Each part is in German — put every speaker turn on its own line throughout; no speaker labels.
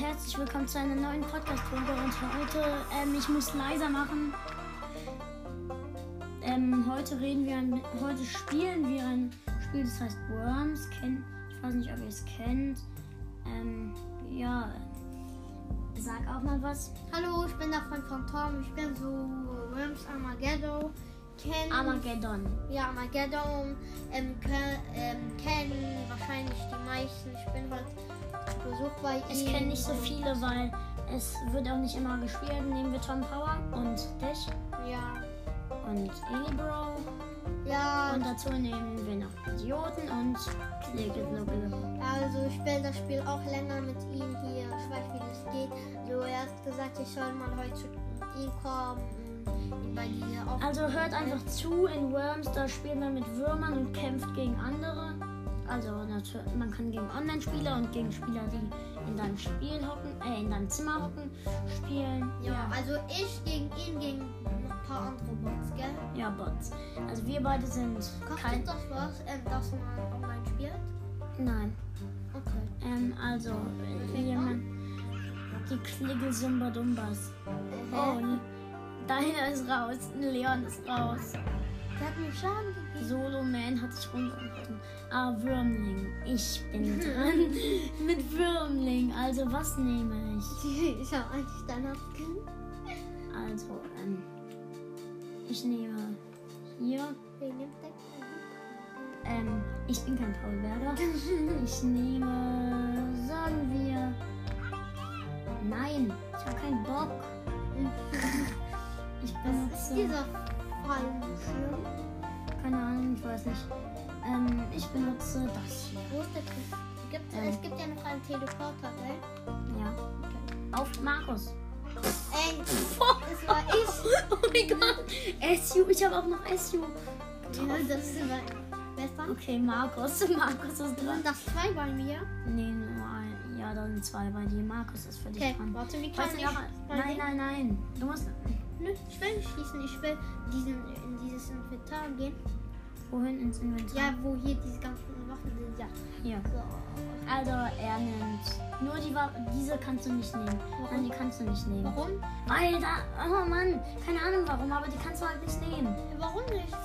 herzlich willkommen zu einer neuen Podcast-Folge. Und heute, ähm, ich muss leiser machen. Ähm, heute reden wir, ein, heute spielen wir ein Spiel, das heißt Worms. Kennt, ich weiß nicht, ob ihr es kennt. Ähm, ja, sag auch mal was.
Hallo, ich bin der Freund von Tom. Ich bin so Worms Armageddon. Ken,
Armageddon.
ja, Armageddon ähm, ke- ähm, kennen wahrscheinlich die meisten. Ich bin heute zu Besuch bei ihm.
Ich kenne nicht so viele, weil es wird auch nicht immer gespielt. Nehmen wir Tom Power und dich
Ja.
und Elibro.
Ja,
Und dazu nehmen wir noch Idioten und Legitnobbel.
also ich will das Spiel auch länger mit ihm hier. Ich weiß, wie das geht. Also er hat gesagt, ich soll mal heute zu ihm kommen und ihn bei dir auf.
Also hört einfach zu in Worms, da spielt man mit Würmern und kämpft gegen andere. Also natür- man kann gegen Online-Spieler und gegen Spieler, die in deinem Spiel hocken, äh, in deinem Zimmer hocken, spielen.
Ja, also ich gegen ihn, gegen noch ein paar andere Bots, gell?
Ja, Bots. Also wir beide sind kein.
Kostet das was, ähm, dass man online spielt?
Nein.
Okay.
Ähm, also äh, jemand. Die Klickel Sumba Dumbas. Oh,
Äh, Hä?
deiner ist raus. Leon ist raus.
Der hat mir Schaden gegeben.
Solo Man hat sich runtergehalten. Ah, Würmling. Ich bin dran mit Würmling. Also, was nehme ich?
Ich habe eigentlich danach Skin.
Also, ähm, ich nehme hier.
Wer nimmt der
Ähm, ich bin kein Paul Werder. Ich nehme, sagen wir. Nein, ich habe keinen Bock. Ich
Was ist
benutze.
dieser Fallenschirm?
Keine Ahnung, ich weiß nicht. Ähm, ich benutze das hier.
Wo ist der Typ? Gibt,
Ähm.
Es gibt ja noch einen Teleporter, ne? gell?
Ja. Auf Markus.
Ey, das war ich.
Oh mein Gott. SU, ich habe auch noch SU.
Ja, das war besser.
Okay, Markus. Markus ist dran.
Sind das zwei bei mir?
Nee, nur ein. Ja, dann sind zwei bei dir. Markus ist für dich
Okay,
dran.
warte, wie kann
Weißt du
ich?
noch? Nein, nein, nein. Du musst.
Nö, ich will nicht schießen. Ich will diesen, in dieses Inventar gehen.
Wohin ins Inventar?
Ja, wo hier diese ganzen Waffen sind. Ja,
Hier.
so.
Also, er nimmt. Nur die Wa Diese kannst du nicht nehmen. Nein, die kannst du nicht nehmen.
Warum?
Weil da. Oh Mann. Keine Ahnung warum, aber die kannst du halt nicht nehmen.
Warum nicht?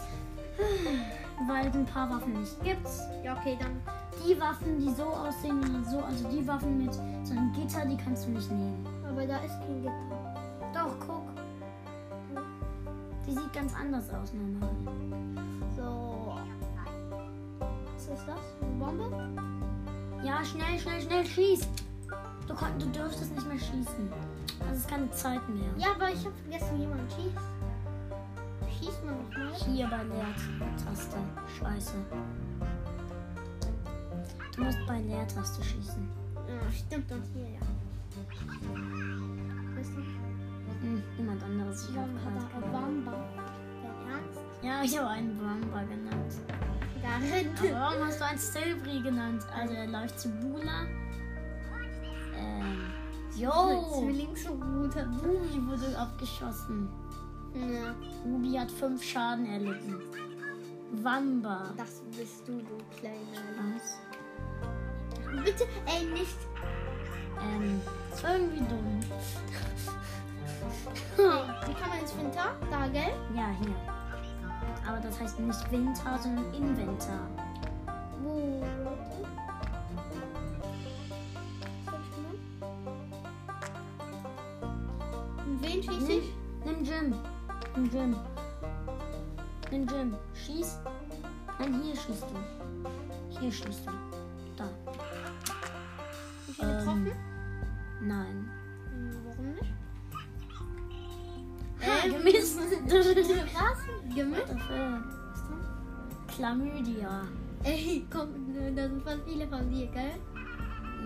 Weil es ein paar Waffen nicht gibt.
Ja, okay, dann
Die Waffen, die so aussehen, die so. Also, die Waffen mit so einem Gitter, die kannst du nicht nehmen.
Aber da ist kein Gitter.
Doch, guck. Die sieht ganz anders aus normal.
So. Was ist das? Eine Bombe?
Ja, schnell, schnell, schnell, schieß! Du, kon- du dürftest nicht mehr schießen. Das ist keine Zeit mehr.
Ja, aber ich habe vergessen, wie man schießt. Schießt man nochmal?
Hier bei Leertaste. Scheiße. Du musst bei Leertaste schießen.
Ja, stimmt. Und hier, ja. Weißt du?
Hm, niemand anderes. Ich
Ja,
hab
aber
keinen.
Bombe. Dein Ernst?
Ja, ich habe einen Bomber genannt.
Da
Aber
rennt.
warum hast du einen Silbri genannt? Also er läuft zu Bula. Ähm. Yo!
Zwillingsbruder.
Bubi wurde abgeschossen.
Ja,
Ruby hat fünf Schaden erlitten. Wamba.
das bist du, du Kleine.
Was?
Bitte, ey, nicht.
Ähm, ist irgendwie dumm.
Ey, wie kann man ins Winter? Da, gell?
Ja, hier. Aber das heißt nicht Winter, sondern Inventar.
Wo? Warte. Was hab ich gemacht? Und Wen schieß
Nimm,
ich?
nimm Jim. Nimm Jim. Nimm Jim. Schieß. Nein, hier schießt du. Hier schießt du. Da.
Hab ich ihn
Ähm.
getroffen?
Nein.
Hm, Warum nicht?
Ha,
Ähm.
gemisst.
Was? Gemischt?
Chlamydia.
Ey, komm, ne, da sind voll viele von dir, gell?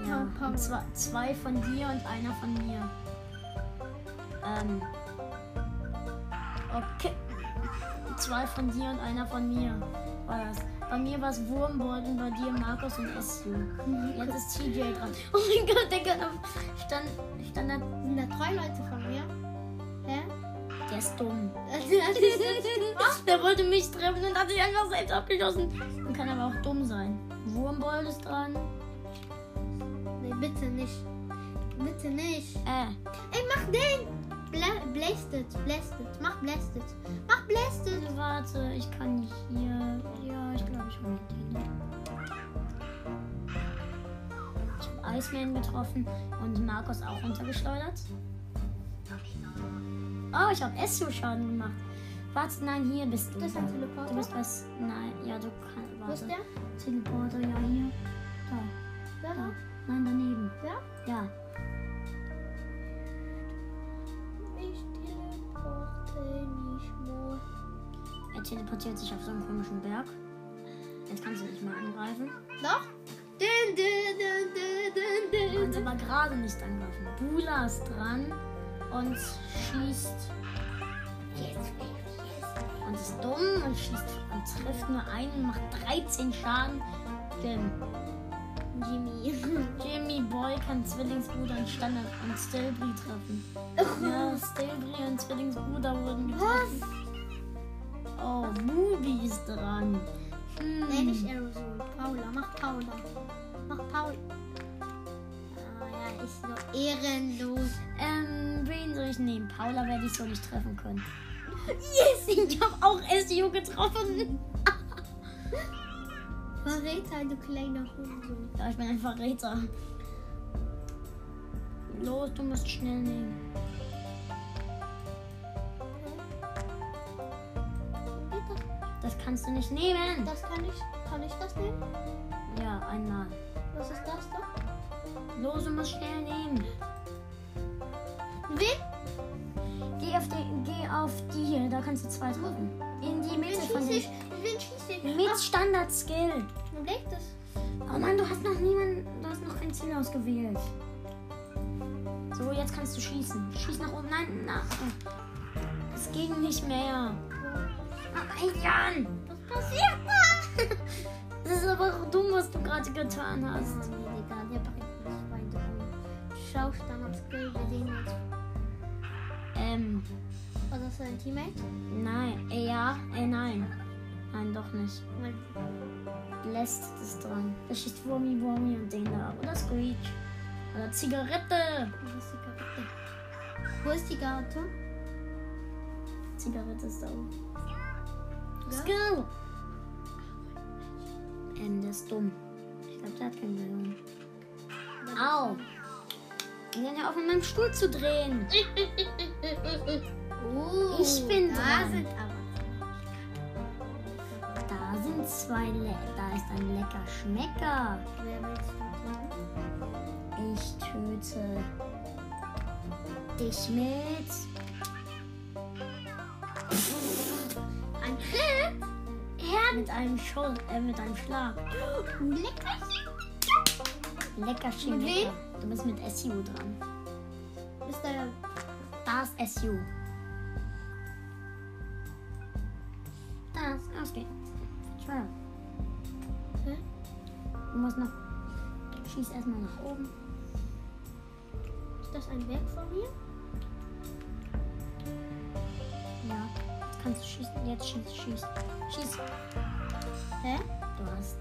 Ja,
Pam, pam.
und zwar zwei von dir und einer von mir. Ähm. Okay. Zwei von dir und einer von mir war das. Bei mir war es Wurmbold und bei dir Markus und SU. Jetzt ist TJ dran. Oh mein Gott, der kann auf Stand, Standard.
Sind da drei Leute von mir? Hä?
Der ist dumm.
Also, das ist jetzt
Der wollte mich treffen und hat sich einfach selbst abgeschossen. Und kann aber auch dumm sein. Wurmbold ist dran.
Nee, bitte nicht. Bitte nicht.
Äh,
Ey, mach den! Bla blasted, blasted. Mach blasted. Mach blasted.
warte, ich kann hier. Ja, ich glaube, ich hole den. Ich habe Iceman getroffen und Markus auch runtergeschleudert. Oh, ich habe Esso Schaden gemacht. Warte, nein, hier bist du.
Das ist ein Teleporter?
Du bist was. Nein, ja, du kannst.
Wo ist
Warte.
der?
Teleporter, ja, hier. Da,
Da,
da.
da.
Nein, daneben.
Ja?
Ja.
Ich teleporte nicht mehr.
Er teleportiert sich auf so einen komischen Berg. Jetzt kannst du nicht mehr angreifen.
Doch? Dün, dün, dün, dün, dün,
Du
dün.
kannst aber gerade nicht angreifen. Bula ist dran und schießt
Yes, baby, yes.
und ist dumm und schießt und trifft nur einen und macht 13 Schaden. Jim.
Jimmy.
Jimmy Boy kann Zwillingsbruder und Standard und Stilbri treffen. Ja, Stilbri und Zwillingsbruder wurden
Was?
getroffen. Oh, Mubi ist dran. Hm.
Nenn ich Aerosol. Paula, mach Paula. Mach Paula. Ah ja, ist so ehrenlos.
Ähm, wen soll ich nehmen? Paula werde ich so nicht treffen können.
Yes!
Ich habe auch SEO getroffen.
Verräter, du kleiner Hurensohn.
Ja, ich bin ein Verräter. Los, du musst schnell nehmen.
Geht das?
Das kannst du nicht nehmen.
Das kann ich. Kann ich das nehmen?
Ja, einmal.
Was ist das da?
Los, du musst schnell nehmen.
Wen?
Geh auf die, geh auf die hier, da kannst du zwei treffen. In die
Wen
Mitte von
schieße ich?
dir.
Wen schieße ich?
Mit Standard-Skill.
Ach, wo bleibt das?
Oh Mann, du hast noch niemanden, du hast noch kein Ziel ausgewählt. So, jetzt kannst du schießen. Schieß nach oben. Nein, nach. Es ging nicht mehr. Oh mein Jan!
Was passiert da? Oh,
Das ist aber auch dumm, was du gerade getan hast.
Nee, Digga, der bringt mich weiter um. Schaust dann aufs Grill, wir sehen uns.
Ähm,
Was ist dein Teammate?
nein. Äh, ja, äh, nein. Nein, doch nicht.
Mein
Lässt es dran. Das schießt Wurmi, Wurmi und den da. Oder Screech. Oder Zigarette.
Wo ist die Karotte? Wo ist die Karotte?
Zigarette ist da oben.
Ja?
Skill! Ähm, der ist dumm. Ich glaube, der hat keine Bildung. Au! Ich kann ja auf, an meinem Stuhl zu drehen.
Oh,
Ich bin
da
dran.
sind aber.
Da sind zwei Le Da ist ein lecker Schmecker.
Wer willst du sagen?
Ich töte dich mit.
Ein Grill?
Ja. Mit einem, Scho äh, mit einem Schlag.
Leckerchen?
Lecker
Mit
Schmecker. Du bist mit SU dran.
Ist da.
Da ist SU. Da ist ausgeht. Schau.
Hä?
Du musst noch. Schieß erstmal nach oben.
Ist das ein Werk von mir?
Ja. Jetzt kannst du schießen. Jetzt schieß, schieß. Schieß.
Hä?
Du hast.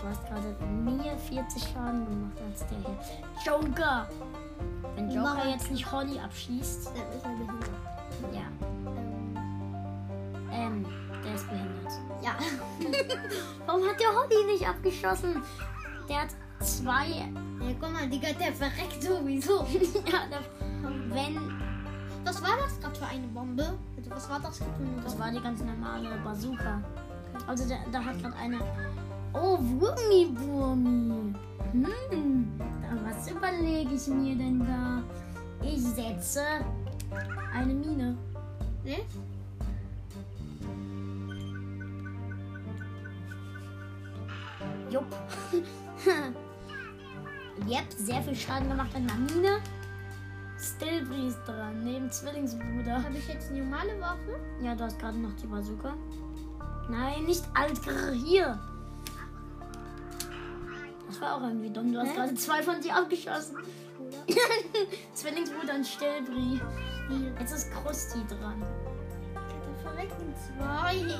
Du hast gerade mir 40 Schaden gemacht als der hier. Joker! Wenn Joker
Mann.
jetzt nicht Holly abschießt,
Dann ist er behindert.
ja.
Ähm,
Ähm, der ist behindert.
ja.
Warum hat der Holly nicht abgeschossen? Der hat zwei.
ja. Guck mal, Digga, der verreckt sowieso.
ja, der, wenn.
Was war das gerade für eine Bombe? Also, was war das gerade für eine
Das
Bombe?
war die ganz normale Bazooka. Also der, da hat gerade eine. Oh, Wurmi, Wurmi. Hm, da- was überlege ich mir denn da? Ich setze eine Mine.
Ne?
Jupp. Jep, sehr viel Schaden gemacht an der Mine. Stillbree ist dran, neben Zwillingsbruder.
Habe ich jetzt eine normale Waffe?
Ja, du hast gerade noch die Bazooka. Nein, nicht alt, grrr, hier. Das war auch irgendwie dumm. Du hast
Hä?
gerade zwei von dir abgeschossen.
Oder?
Zwillingsbruder und Stillbri.
Wie?
Jetzt ist Krusty dran.
Da verrecken zwei.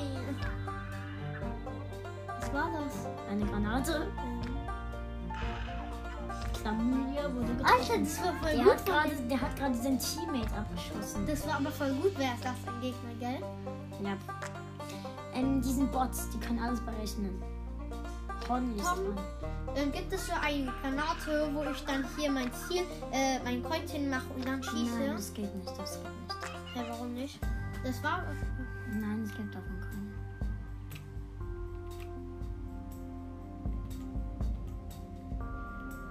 Was war das?
Eine Granate.
Ähm,
Familie wurde getroffen.
Alter, Ah, das war voll
Der
gut.
hat gerade, der hat gerade seinen Teammate abgeschossen.
Das war aber voll gut, wäre es das ein Gegner, gell?
Ja. Ähm, diesen Bots, die können alles berechnen. Ron ist
Tom?
dran.
Dann gibt es so einen Granator, wo ich dann hier mein Ziel, äh, mein Kreuzchen mache und dann schieße.
Nein, das geht nicht, das geht nicht.
Ja, warum nicht? Das war.
Nein, es gibt davon keine.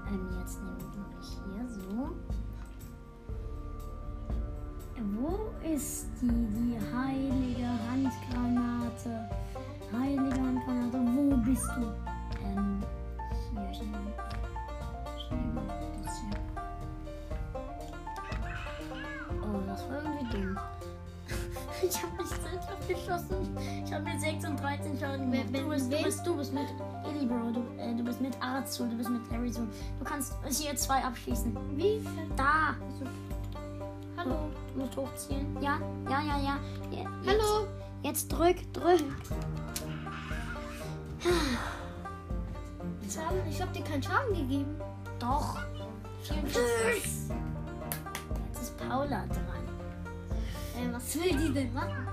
Ähm, jetzt nehmen wir glaube ich hier so. Wo ist die, die heilige Handgranate? Heilige Handgranate, wo bist du? Ähm, hier, ich nehme, ich nehme das hier. Oh, das war irgendwie dumm. Ich habe mich selbst abgeschossen. Ich habe mir 6 und 13 Schaden gemacht.
Wer-
Du
wer-
bist, du
wen?
bist, du bist mit Illy, Bro. Du, äh, du bist mit Arzul, du bist mit Harrison. Du kannst hier zwei abschießen.
Wie? viel-
Da!
Also, hallo.
Du musst hochziehen. Ja, ja, ja, ja. ja jetzt.
Hallo.
Jetzt drück, drück.
Schaden. Ich hab dir keinen Schaden gegeben. Äh,
Doch. 54. Jetzt ist Paula dran.
Ähm, was will die denn machen?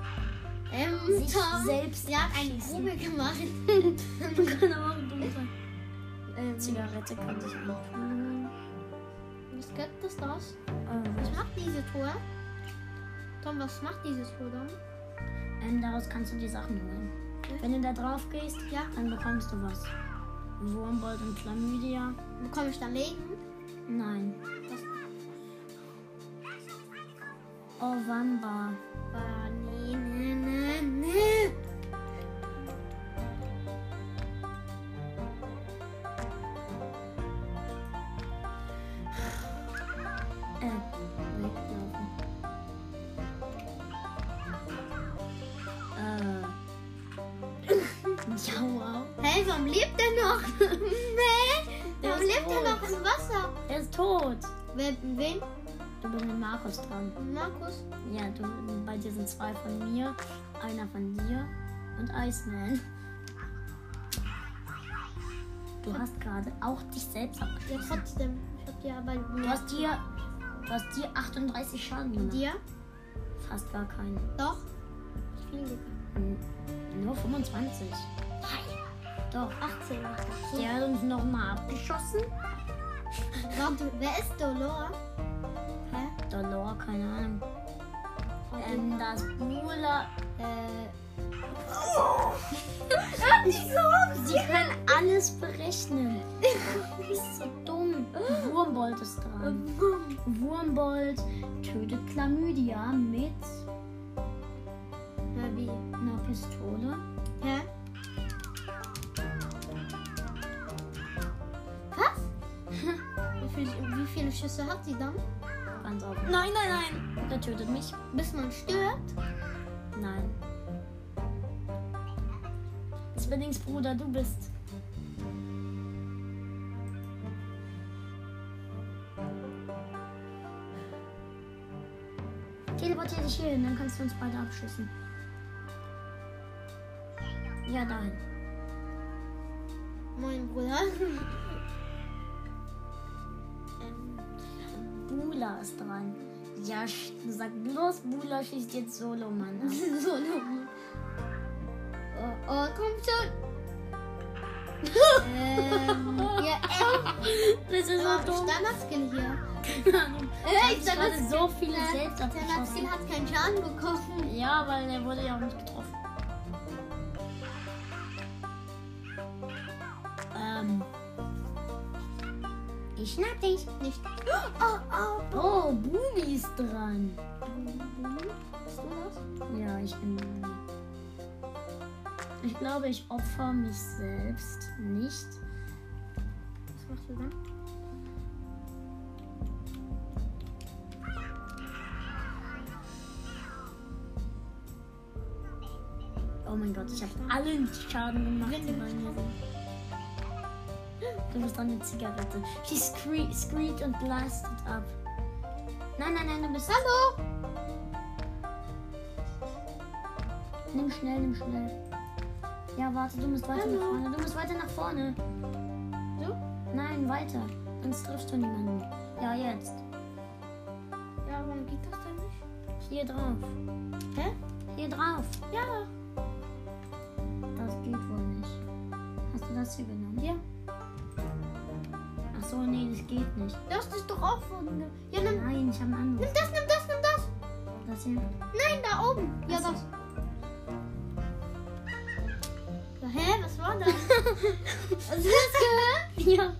Ähm,
Sich
Tom.
selbst
Sie hat eine
schießen.
Probe gemacht.
Du kannst aber auch dumm sein.
ähm,
Zigarette kann sich anfühlen.
was gibt es das? Was
Ähm,
macht diese Tour? Tom, was macht dieses Tour dann?
ähm, daraus kannst du dir Sachen holen. Wenn du da drauf gehst,
Ja.
dann bekommst du was. Wurmbold und Chlamydia.
Bekomme ich da Legen?
Nein.
Das
Oh, Wamba.
war. Ah, Nee, nee, nee, nee.
Äh, weglaufen. Äh. ja, Äh. wow.
Hey, warum lebt er noch? nee,
Der
warum
ist
lebt er noch
tot.
im Wasser?
Er ist tot.
Wer, wen?
Du bist mit Markus dran.
Markus?
Ja, du, bei dir sind zwei von mir, einer von dir und Iceman. Du hast gerade auch dich selbst
Ja,
abgeschossen.
trotzdem. Ich hab dir aber
Du
mehr.
hast dir, du hast dir 38 Schaden gemacht.
Dir?
Fast gar keinen.
Doch. Ich bin gegangen.
N- Nur 25. Doch.
18 macht das.
Der hat uns nochmal abgeschossen.
Warte, wer ist Dolor? Hä?
Dolor, keine Ahnung. Ähm, da ist Bula.
Äh,
Sie können alles berechnen. Das ist so dumm. Wurmbold ist dran. Wurmbold tötet Chlamydia mit
na wie?
einer Pistole.
Hä? Was? wie, viel, wie viele Schüsse hat sie dann?
Ganz offen.
Nein, nein, nein.
Der tötet mich.
Bis man stirbt?
Nein. Zwillingsbruder, du bist. Teleportier dich hier hin, dann kannst du uns beide abschießen. Ja, dahin.
Moin, Bruder. ähm,
Bula ist dran. Ja, sch- sag bloß, Bula schießt jetzt Solo, Mann. ab.
so dumm. Oh, oh, komm schon. ähm, ja,
Das ist
ey,
so
hab ich
dumm. Äh,
Standardskill hier.
Keine Ahnung. Oh,
Ey,
Ich habe
Standardskill.
so viele selbst abgeschossen.
Standardskill hat keinen Schaden bekommen.
Ja, weil er wurde ja auch nicht getroffen. Ähm. Ich schnapp dich.
Nicht. Oh, oh.
Oh, Bumi ist dran.
Bist du das?
Ja, ich bin Bumi. Ich glaube, ich opfer mich selbst nicht.
Was machst du dann?
Oh mein Gott, ich habe allen Schaden gemacht. die bei mir sind. Du bist dran mit Zigarette. Die scree screed und blastet ab. Nein, nein, nein, du bist.
Hallo!
Nimm schnell, nimm schnell. Ja, warte, du musst weiter
Hallo.
nach vorne. Du musst weiter nach vorne.
So?
Nein, weiter. Sonst triffst du niemanden. Ja, jetzt.
Ja, warum geht das denn nicht?
Hier drauf.
Hä?
Hier drauf.
Ja.
Das geht wohl nicht. Hast du das hier genommen?
Ja.
Ach so, nee, das geht nicht.
Das ist doch auch von. Ja, nimm,
Nein, ich habe ein anderes.
nimm das, nimm das, nimm das.
Das hier.
Nein, da oben. Ja, das. Ja, hä? Was war das? Hast du das gehört?
Ja.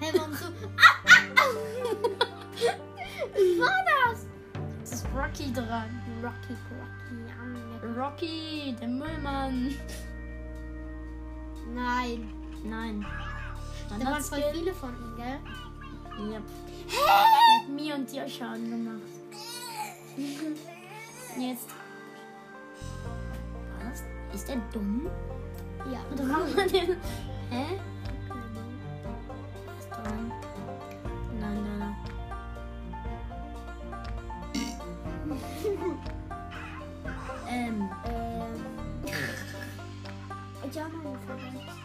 Hä, warum so. Ah, ah, ah. Was war das?
Das ist Rocky dran.
Rocky, ne. Rocky, Yum.
Rocky, der Müllmann.
Nein.
Nein.
Da waren voll
Standard-Skill.
viele von ihnen, gell?
Yep. Er hat mir und dir Schaden gemacht. Jetzt. Was? Ist der dumm?
Ja.
Oder kann man den. Hä? Ist dran. Nein, nein, nein. ähm,
Ähm. Ich habe mal vergessen.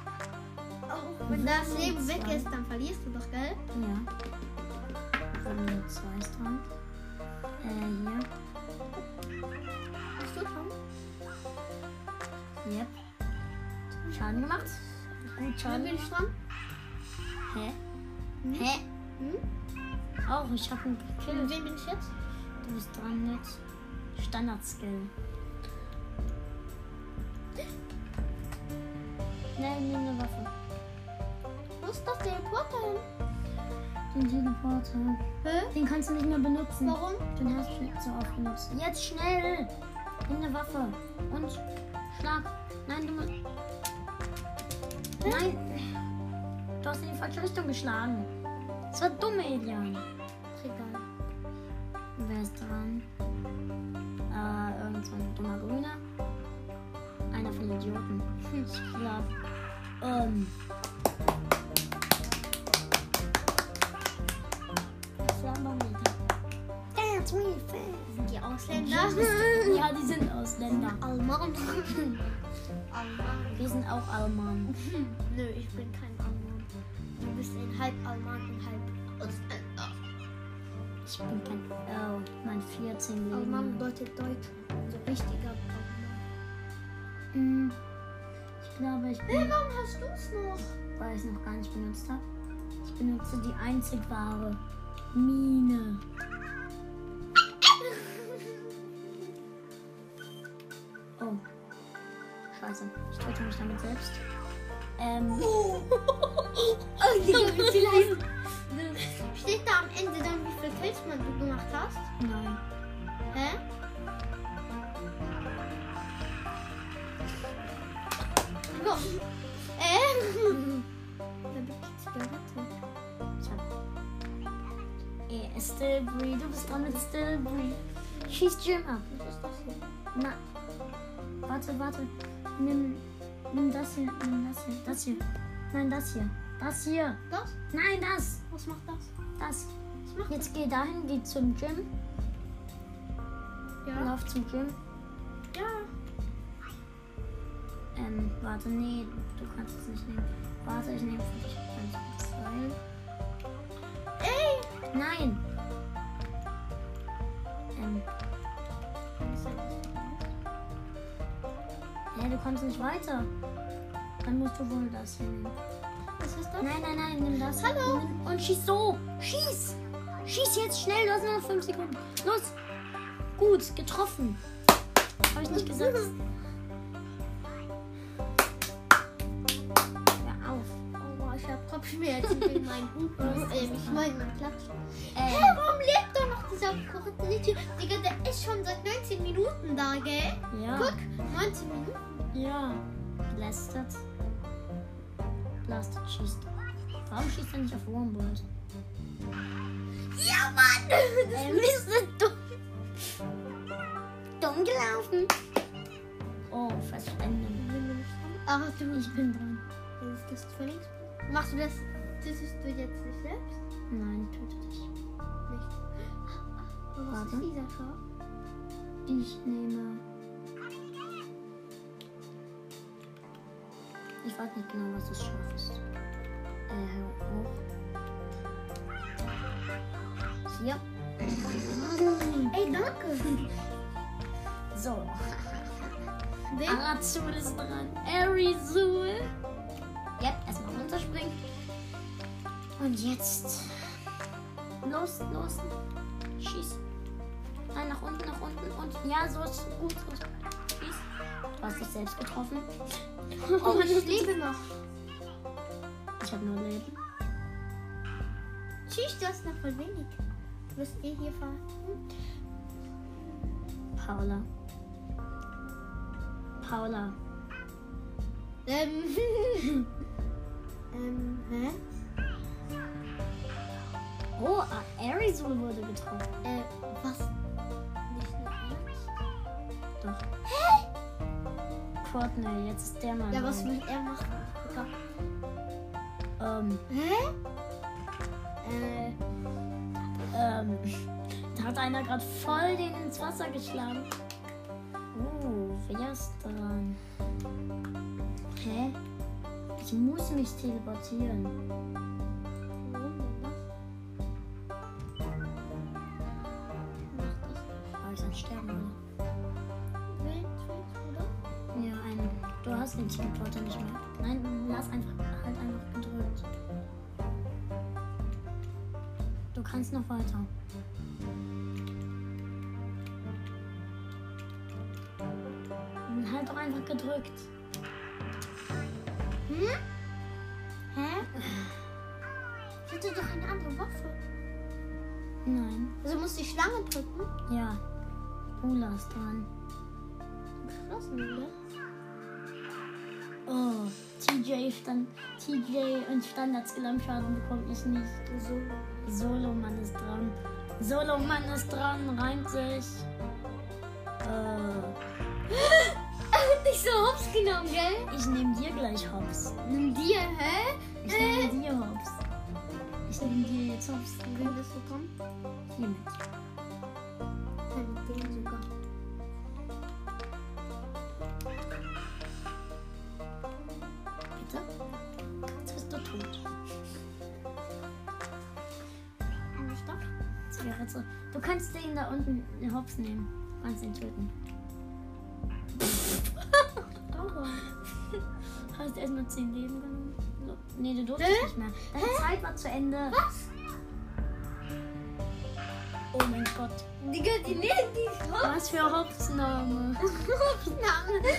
Auch
Wenn das Leben weg ist, dann verlierst du doch, gell?
Ja. Ähm, zwei ist dran. Äh,
Bist du schon?
hier. Yep. Schaden gemacht. Gut
Dann
Schaden.
bin ich dran.
Hä?
Hä? Hm?
Auch, ich hab einen
Mit
gekillt.
wem bin ich jetzt?
Du bist dran jetzt. Standard-Skill. Nein, nimm eine Waffe.
Wo ist das Teleporter hin?
Den Teleporter.
Hä?
Den kannst du nicht mehr benutzen.
Warum?
Den hast du zu oft benutzt. Jetzt schnell! Nimm eine Waffe. Und Schlag. Nein, du musst. Nein! Du hast in die falsche Richtung geschlagen. Das war dumm, Elian.
Egal.
Wer ist dran? Äh, irgend so ein dummer Grüner. Einer von den Idioten. Ich glaub. Ähm,
Das war mal wieder.
that's really fast.
Sind die Ausländer?
Ja, die sind Ausländer.
Alman. Alman.
Wir sind auch Almanen.
Nö, ich bin kein Alman. Du bist ein halb Alman und halb Ausländer.
Ich bin kein. Oh, mein 14
Alman
Leben.
bedeutet Deutsch. So richtiger Alman.
Hm, Ich glaube, ich
Hey,
bin,
warum hast du es noch?
weil ich es noch gar nicht benutzt habe. Ich benutze die einzig wahre Mine. Oh. Scheiße. Ich töte mich damit selbst. Ähm.
Oh, Digga, wie viel heißt Steht da am Ende dann, wie viel Kills man du gemacht hast?
Nein.
Hä? Go. Ähm. Wer bekommt Zigarette?
Ich hab. Eh, Stillbree. Du bist dran mit Stillbree. Schieß Jim ab.
Was ist das hier?
Na. Warte, warte. Nimm. Nimm das hier. Nimm das hier. Das hier. Nein, das hier. Das hier.
Das?
Nein, das.
Was macht das?
Das.
Was macht
Jetzt geh dahin, geh zum Gym.
das? Ja.
Lauf zum Gym.
Ja.
Ähm, warte, nee, du kannst es nicht nehmen. Warte, ich nehme für dich eins, zwei.
Ey!
Nein! Ähm, hä, du kommst nicht weiter. Dann musst du wohl das hier nehmen.
Was ist das?
Nein, nein, nein, nimm das.
Hallo.
Nimm Und schieß so. Schieß. Schieß jetzt schnell, du hast nur noch 5 Sekunden. Los. Gut, getroffen. Habe ich nicht gesagt. Hör auf.
Oh, ich hab Kopfschmerzen wegen meinen Hut.
Was ist
Ähm, ich
das?
meine meinen Platz. Hä,
Ähm,
warum lebt doch noch dieser verrückte Niki? Digga, der ist schon seit 19 Minuten da, gell?
ja.
Guck, 19 Minuten.
Ja. Blasted. Blasted schießt. Warum schießt er nicht auf Wormbolt?
Ja, Mann! Das
Ähm.
ist dumm.
Dumm gelaufen. Oh, verstanden.
Ach, hast du mich.
Ich bin dran.
Das ist das verlinkt. Machst du das? Das ist du jetzt nicht selbst?
Nein, töte dich.
Nicht. Aber was
Warte.
Oh, ist dieser Schau?
Ich nehme. Ich weiß nicht genau, was das Schaf ist. Äh, hoch. Hier.
Ey, danke.
So,
Wen?
Arazul ist dran. Arizul. Ja, erstmal runterspringen. Und jetzt. Los, los. Schieß. Nein, nach unten, nach unten. Und ja, so ist gut. So ist gut. Schieß. Du hast dich selbst getroffen.
Oh, ich lebe noch.
Ich habe nur Leben.
Tschüss, du hast noch voll wenig. Du bist eh hier fahren.
Paula. Paula.
Ähm. ähm, hä?
Oh, Arizul wurde getroffen.
Äh, was? Nicht nur ehrlich?
Doch. Courtney, jetzt ist der Mann.
Ja, was will er machen? Guck mal.
Ähm,
Hä? Äh,
ähm. Da hat einer gerade voll den ins Wasser geschlagen. Oh, wer ist dran? Hä? Ich muss mich teleportieren.
warum denn das? Macht das
Aber ich dann sterben, oder?
Wild, wild, oder?
Ja, ein. Du hast den Teleporter nicht mehr. Nein, lass einfach. Halt einfach gedrückt. Du kannst noch weiter. Dann Halt doch einfach gedrückt.
Hm? Hä? Ich hatte doch eine andere Waffe.
Nein.
Also musst du die Schlange drücken?
Ja. Ula ist dran.
Geschlossen, oder?
Oh, TJ, stand, TJ und Standards-Gelamschaden bekomme ich nicht.
So.
Solo-Mann ist dran. Solo-Mann ist dran, reimt sich. Äh,
Nicht so hops genommen, gell?
ich nehme dir gleich Hops.
Nimm dir, hä?
Ich nehme dir Hops. Ich nehme dir jetzt Hops.
Wenn das so kommt,
Hiermit.
dann mit dem sogar.
Bitte? Jetzt bist du tot.
Eine Stock?
Jetzt wäre jetzt so- Du kannst den da unten den Hops nehmen. Du kannst ihn töten.
Dauer.
Hast erstmal 10 Leben genommen? So. Nee, du durftest
Hä?
nicht mehr. Deine Zeit war zu Ende.
Was?
Oh mein Gott.
Digga, die nehmen die Hops.
Was für Hopfname.
Hopsname.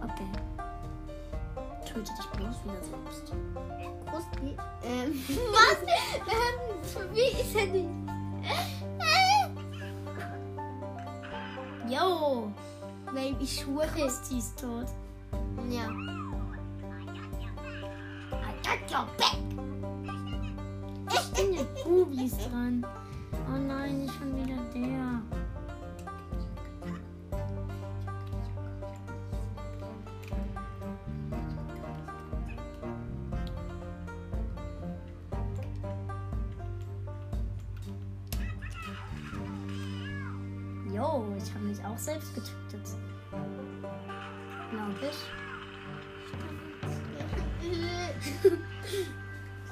Okay. Töte dich bloß wieder selbst.
Krusti. Ähm. Was? Ähm, wie ist er denn? Äh,
Yo!
Weil ich schwöre.
Christi ist tot.
Ja.
I got your back! Ich bin jetzt Bubis dran. Oh nein, nicht schon wieder der. Jo, ich habe mich auch selbst getötet. Glaub ich.
Äh,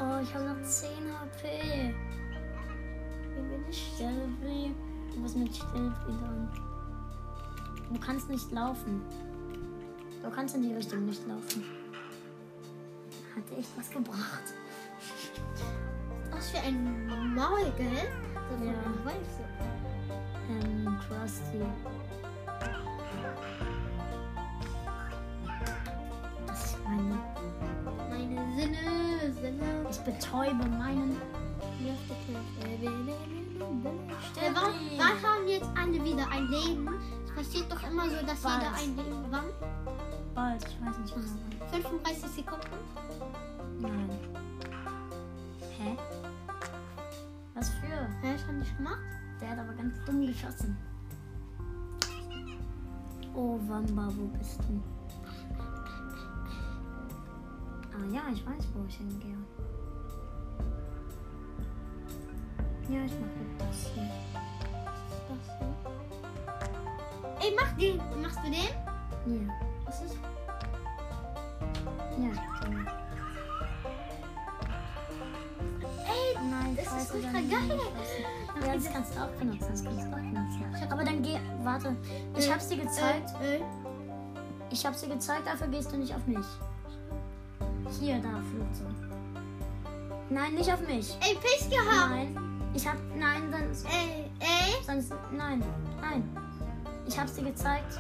Oh, ich habe noch 10 HP.
Wie bin ich?
Stelvi, du bist mit Stelvi dran. Du kannst nicht laufen. Du kannst in die Richtung nicht laufen. Hat echt was gebracht.
Was für ein Maul, gell? So
Ja.
ein Wolf, so.
Ähm, Krusty. Das ist meine.
Meine Sinne, Sinne.
Ich betäube meinen.
Äh, warum, warum haben jetzt alle wieder ein Leben? Es passiert doch immer so, dass
Weiß.
jeder ein Leben wann?
Bald, ich weiß nicht
Mhm.
genau.
35 Sekunden?
Nein. Hä? Was für?
Hä, schon nicht gemacht?
Der hat aber ganz dumm geschossen. Oh, Wamba, wo bist du? Ah ja, ich weiß, wo ich hingehe. Ja, ich mache das hier.
Das so. Ey, mach den. Machst du den?
Ja.
Was ist?
Ja, genau. stimmt.
Ey,
Nein,
Das ist
scheiße,
ultra
dann-
geil.
Ja, das kannst du auch benutzen, das kannst du auch benutzen. Aber dann geh, warte, ich hab's dir gezeigt,
Äh, äh.
ich hab's dir gezeigt, dafür gehst du nicht auf mich. Hier, da, Flugzeug. Nein, nicht auf mich.
Ey, Pech gehabt. Äh,
Nein, ich hab, nein, sonst,
Ey, ey.
sonst, nein, nein. Ich hab's dir gezeigt.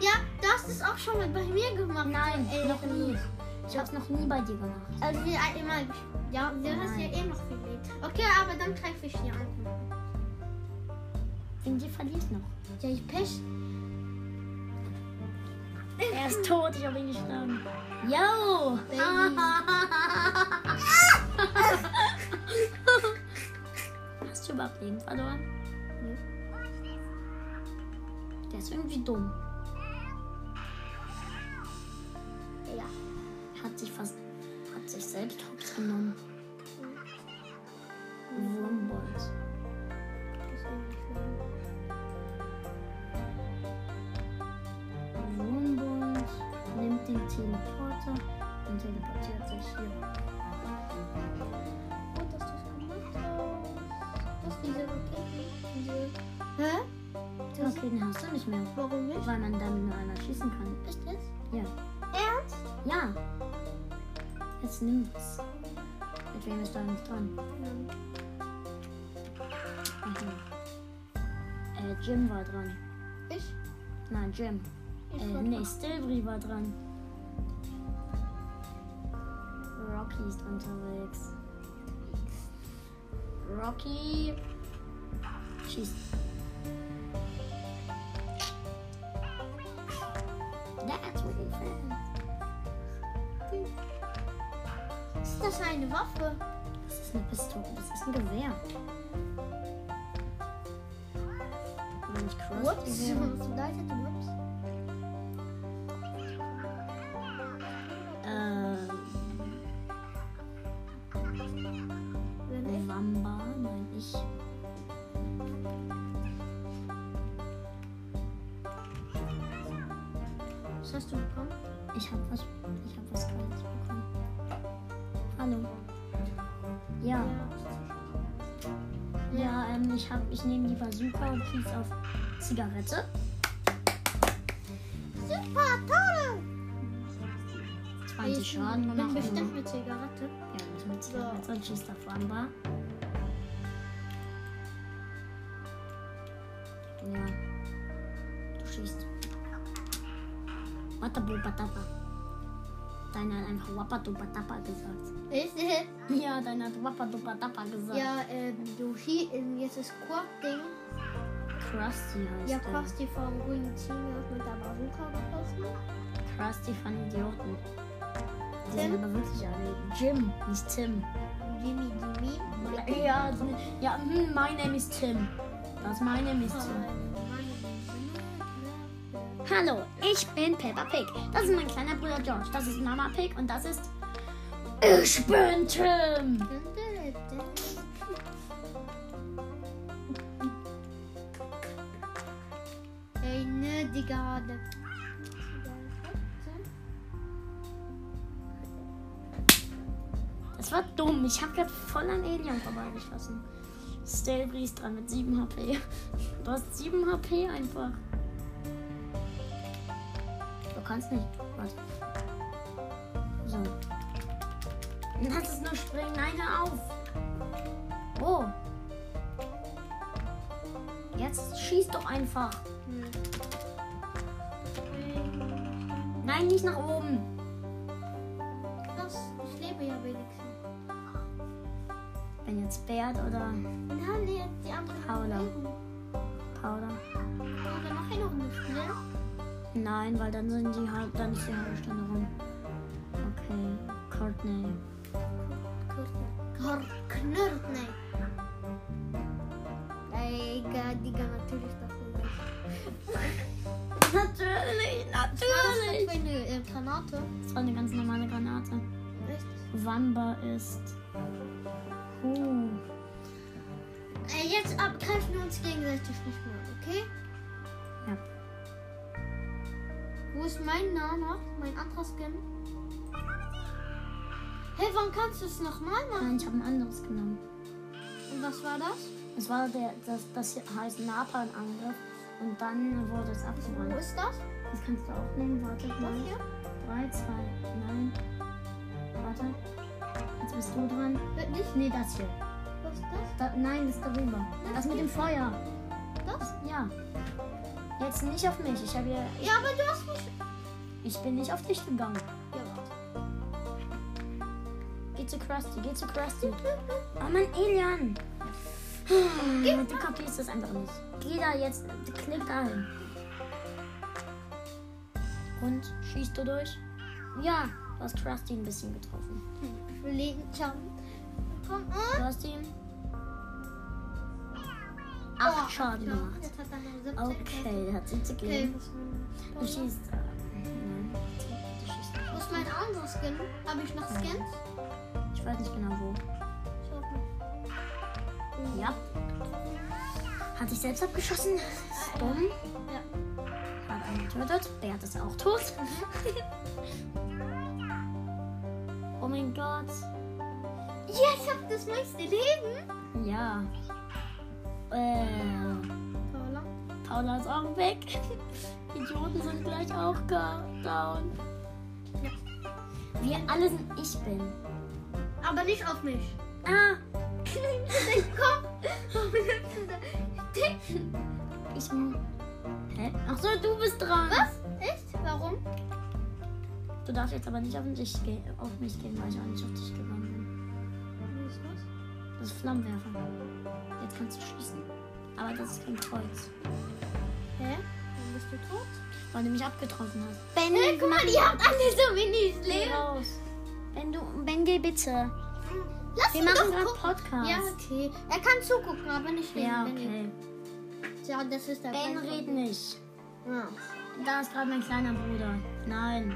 Ja, du hast es auch schon mal bei mir gemacht.
Nein,
Ey,
noch nie. Ich hab's noch nie bei dir gemacht.
Also wir halt immer. Ja, du hast ja eh noch viel Leben. Okay, aber dann treffe ich die anderen.
Wegen dir verliere ich noch.
Ja, ich Pech.
Er ist tot, ich habe ihn geschlagen. Yo! Ah. Hast du überhaupt Leben verloren? Der ist irgendwie dumm.
Ja.
Hat sich fast. hat sich selbst hops genommen. Wurmbold. Wurmbold nimmt den Teleporter und teleportiert sich hier.
Gut, dass du es gemacht hast. Das ist diese Rakete. Diese. Hä? Das-
Okay, den hast du nicht mehr.
Warum nicht?
Weil man damit nur einmal schießen kann.
Ist das?
Ja.
Ernst?
Ja. Jetzt nimmt's. Mit wem ist da nicht dran? Mhm. Äh, Jim war dran.
Ich?
Nein, Jim.
Ich
Äh,
war
nee, Stilbri war dran. Rocky ist unterwegs. Rocky. Schießt. That's really fast.
Ist das eine Waffe?
Das ist eine Pistole, das ist ein Gewehr. Wenn ich cross-
Whoops.
Gewehr-
Was bedeutet Whoops?
Ähm,
Wenn ich-
November, nein, ich.
Was hast du bekommen?
Ich hab was. Ich hab was Kleines bekommen. Hallo. Ja, ja, ähm, ich hab. Ich nehme die Bazooka und schieß auf Zigarette.
Super, toll!
20 Schaden
Bin
gemacht.
bestimmt mit Zigarette.
Ja, nicht mit Zigarette und schießt auf Amber. Ja. Du schießt. Watabu Batapa. Deiner hat einfach Wapatu Batapa gesagt.
Ist es?
Ja, deiner hat Wapatu Batapa gesagt.
Ja, ähm, du hier, ähm, jetzt ist Quad-Ding.
Krusty heißt
Ja,
er.
passt die vom grünen Team wird mit der Bazooka geschossen.
Krusty von Idioten. Die
Tim?
sind aber wirklich alle. Jim, nicht Tim.
Jimmy, Jimmy.
Ja, die- ja, hm, my name is Tim. Das my name
Ah,
is Tim. Hallo, ich bin Peppa Pig. Das ist mein kleiner Bruder George. Das ist Mama Pig und das ist. Ich bin Tim!
Ey, ne, Digga. der-
Das war dumm. Ich habe gerade voll an Alien vorbeigeschossen. Stelbri ist dran mit 7 HP. Du hast 7 HP einfach. Du kannst nicht. Warte. So. Lass es nur springen. Nein, hör auf. Oh. Jetzt schieß doch einfach.
Hm.
Nein, nicht nach oben.
Das, ich lebe ja wenigstens.
Wenn jetzt Bert oder
Nein, nee, die anderen
Paula.
leben.
Paula.
Wollen wir noch eine Runde spielen?
Nein, weil dann sind die halb, dann ist die halbe Stunde rum. Okay, Courtney.
Knurrt, knurrt, nein. Äh, Digga, Digga, natürlich doch nicht.
Natürlich,
Was ist das für eine äh, Granate?
Das war eine ganz normale Granate.
Echt?
Wamba ist. Huh.
Äh, jetzt abgreifen wir uns gegenseitig nicht mehr, okay?
Ja.
Wo ist mein Name? Mein anderer Skin? Hey, wann kannst du es nochmal machen?
Nein, ich habe ein anderes genommen.
Und was war das?
Es war der, das, das hier heißt Napalm-Angriff und dann wurde es abgebrannt.
Wo ist das?
Das kannst du auch nehmen, warte
Das
mal.
hier?
3, 2, nein. Warte. Jetzt bist du dran.
Wird Äh, nicht.
Nee, das hier.
Was ist das?
Da, nein, das darüber. Das mit dem Feuer.
Das?
Ja. Jetzt nicht auf mich. Ich, hab ja,
Ja, aber du hast mich.
ich bin nicht auf dich gegangen.
Ja, warte.
Geh zu Krusty, geh zu Krusty. Oh Mann, Elian. Du kopierst das einfach nicht. Geh da jetzt, klick da hin. Und schießt du durch? Ja, du hast Krusty ein bisschen getroffen.
Hm, Überlegen, jump. Komm, und.
Du hast ihm
Oh,
acht Schaden gemacht.
Jetzt hat er nur 17.
Okay, hat sie zu
Okay,
gehen.
muss
Du
man.
schießt. äh, nein, du schießt nicht.
Wo ist mein anderes Skin? Habe ich noch Skins?
Ich weiß nicht genau wo.
Ich hab noch.
Ja. Hat sich selbst abgeschossen. Ist dumm.
Ja.
Hat einen getötet. Bert ist auch tot. oh mein Gott.
Ja, ich hab das meiste Leben.
Ja. Äh,
Paula.
Paula ist auch weg. Die Idioten sind gleich auch ga- down.
Ja.
Wir alle sind ich bin.
Aber nicht auf mich.
Ah,
Komm.
ich. m- Hä? Ach so, du bist dran.
Was? Echt? Warum?
Du darfst jetzt aber nicht auf mich, ge auf mich gehen, weil ich auch nicht auf dich gegangen bin. Das ist Flammenwerfer. Jetzt kannst du schießen. Aber das ist kein Kreuz,
Hä? Dann bist du tot?
weil du mich abgetroffen hast.
Ben, hey, guck mal, die haben alle so wenig
Geh
Leben.
raus. Ben, du, ben geh bitte.
Lass
Wir
ihn
machen
doch
gerade
gucken.
Podcast.
Ja, okay. Er kann zugucken, aber nicht reden.
Ja,
Ben,
okay.
Ja, das ist der
Ben
Grund.
red nicht.
Ja.
Da ist gerade mein kleiner Bruder. Nein.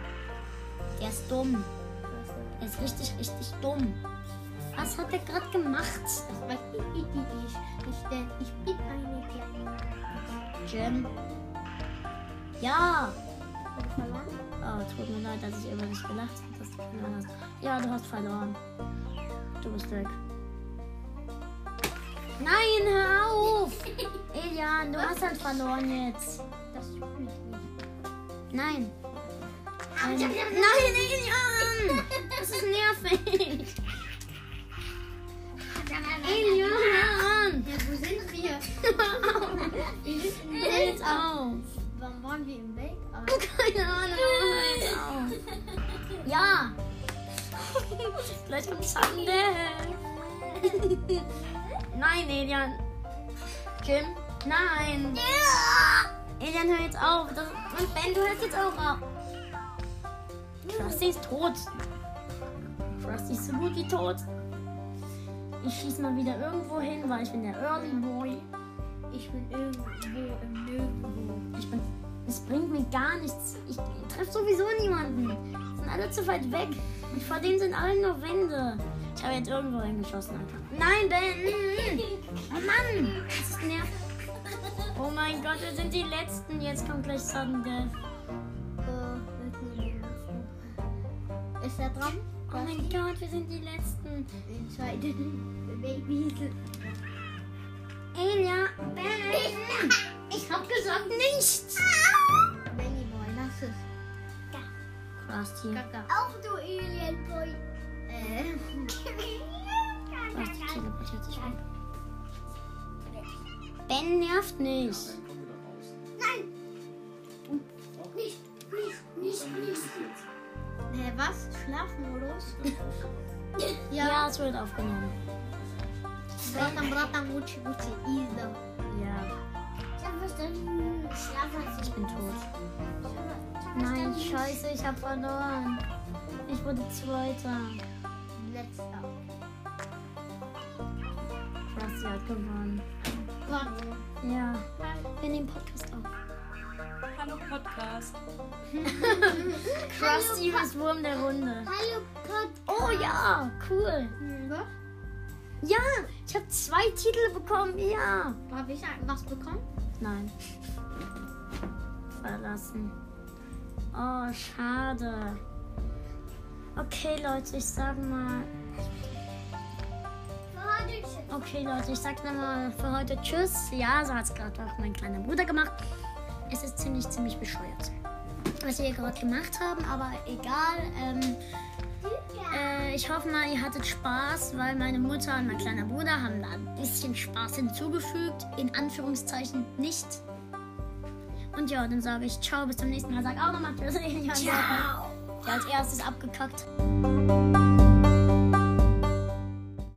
Der ist dumm. Der ist richtig, richtig dumm. Was hat der gerade gemacht?
Das weiß ich, ich, ich, ich, denn ich bin eine kleine.
Jim. Ja.
Hab ich verloren?
Oh, tut mir leid, dass ich über dich gelacht habe, dass du verloren hast. Ja, du hast verloren. Du bist weg. Nein, hör auf! Elian, du hast halt verloren jetzt.
Das fühle ich nicht.
Nein. Nein, Nein Elian! Das ist nervig. Elian!
Ja, wo sind wir? Wir sind im
Hör jetzt
Weltall.
auf.
Wann waren wir im Weltall?
Oh, Keine Ahnung, hör jetzt auf. Ja. Vielleicht kommt Sunday. Nein, Elian. Jim? Nein. Elian, hör jetzt auf. Das, und Ben, du hörst jetzt auch auf. Krusty ist tot. Krusty ist so gut wie tot. Ich schieß mal wieder irgendwo hin, weil ich bin der Early Boy.
Ich bin irgendwo im Nirgendwo.
Ich bin. Es bringt mir gar nichts. Ich, ich treffe sowieso niemanden. Sind alle zu weit weg. Und vor denen sind alle nur Wände. Ich habe jetzt irgendwo hingeschossen, Alter. Nein, Ben! Oh Mann! Das ist nervig. Oh mein Gott, wir sind die Letzten. Jetzt kommt gleich Sudden Death.
Äh, Ist er dran?
Oh mein Gott, wir sind die Letzten.
Entscheiden. Babys.
Elia, Ben! Ich hab gesagt nicht!
Benny Boy, lass es.
Krusty.
Kaka. Auch du Alien Boy. Äh.
Krusty teleportiert sich weg. Ben nervt nicht.
Nein. Nicht, nicht, nicht, nicht. Hä, Äh, was? Schlafmodus?
Ja, es wird aufgenommen.
Bratam, bratam, Gucci, Gucci, Isa.
Ja,
Ich hab verstanden. Schlafmodus.
ich bin tot. Nein, scheiße, ich hab verloren. Ich wurde Zweiter.
Letzter.
Krusty hat gewonnen. Ja, wir nehmen Podcast auf.
Hallo Podcast.
Krusty ist Wurm der Runde.
Hallo, Gott.
Oh ja, cool. Ja, ich habe zwei Titel bekommen. Ja.
Habe ich ein- was bekommen?
Nein. Verlassen. Oh, schade. Okay, Leute, ich sag mal. Okay, Leute, ich sag dann mal für heute Tschüss. Ja, so hat's gerade auch mein kleiner Bruder gemacht. Es ist ziemlich, ziemlich bescheuert, was wir gerade gemacht haben, aber egal. Ähm, äh, ich hoffe mal, ihr hattet Spaß, weil meine Mutter und mein kleiner Bruder haben da ein bisschen Spaß hinzugefügt. In Anführungszeichen nicht. Und ja, dann sage ich Ciao, bis zum nächsten Mal. Sag auch nochmal Tschüss. Ciao. Der als erstes abgekackt.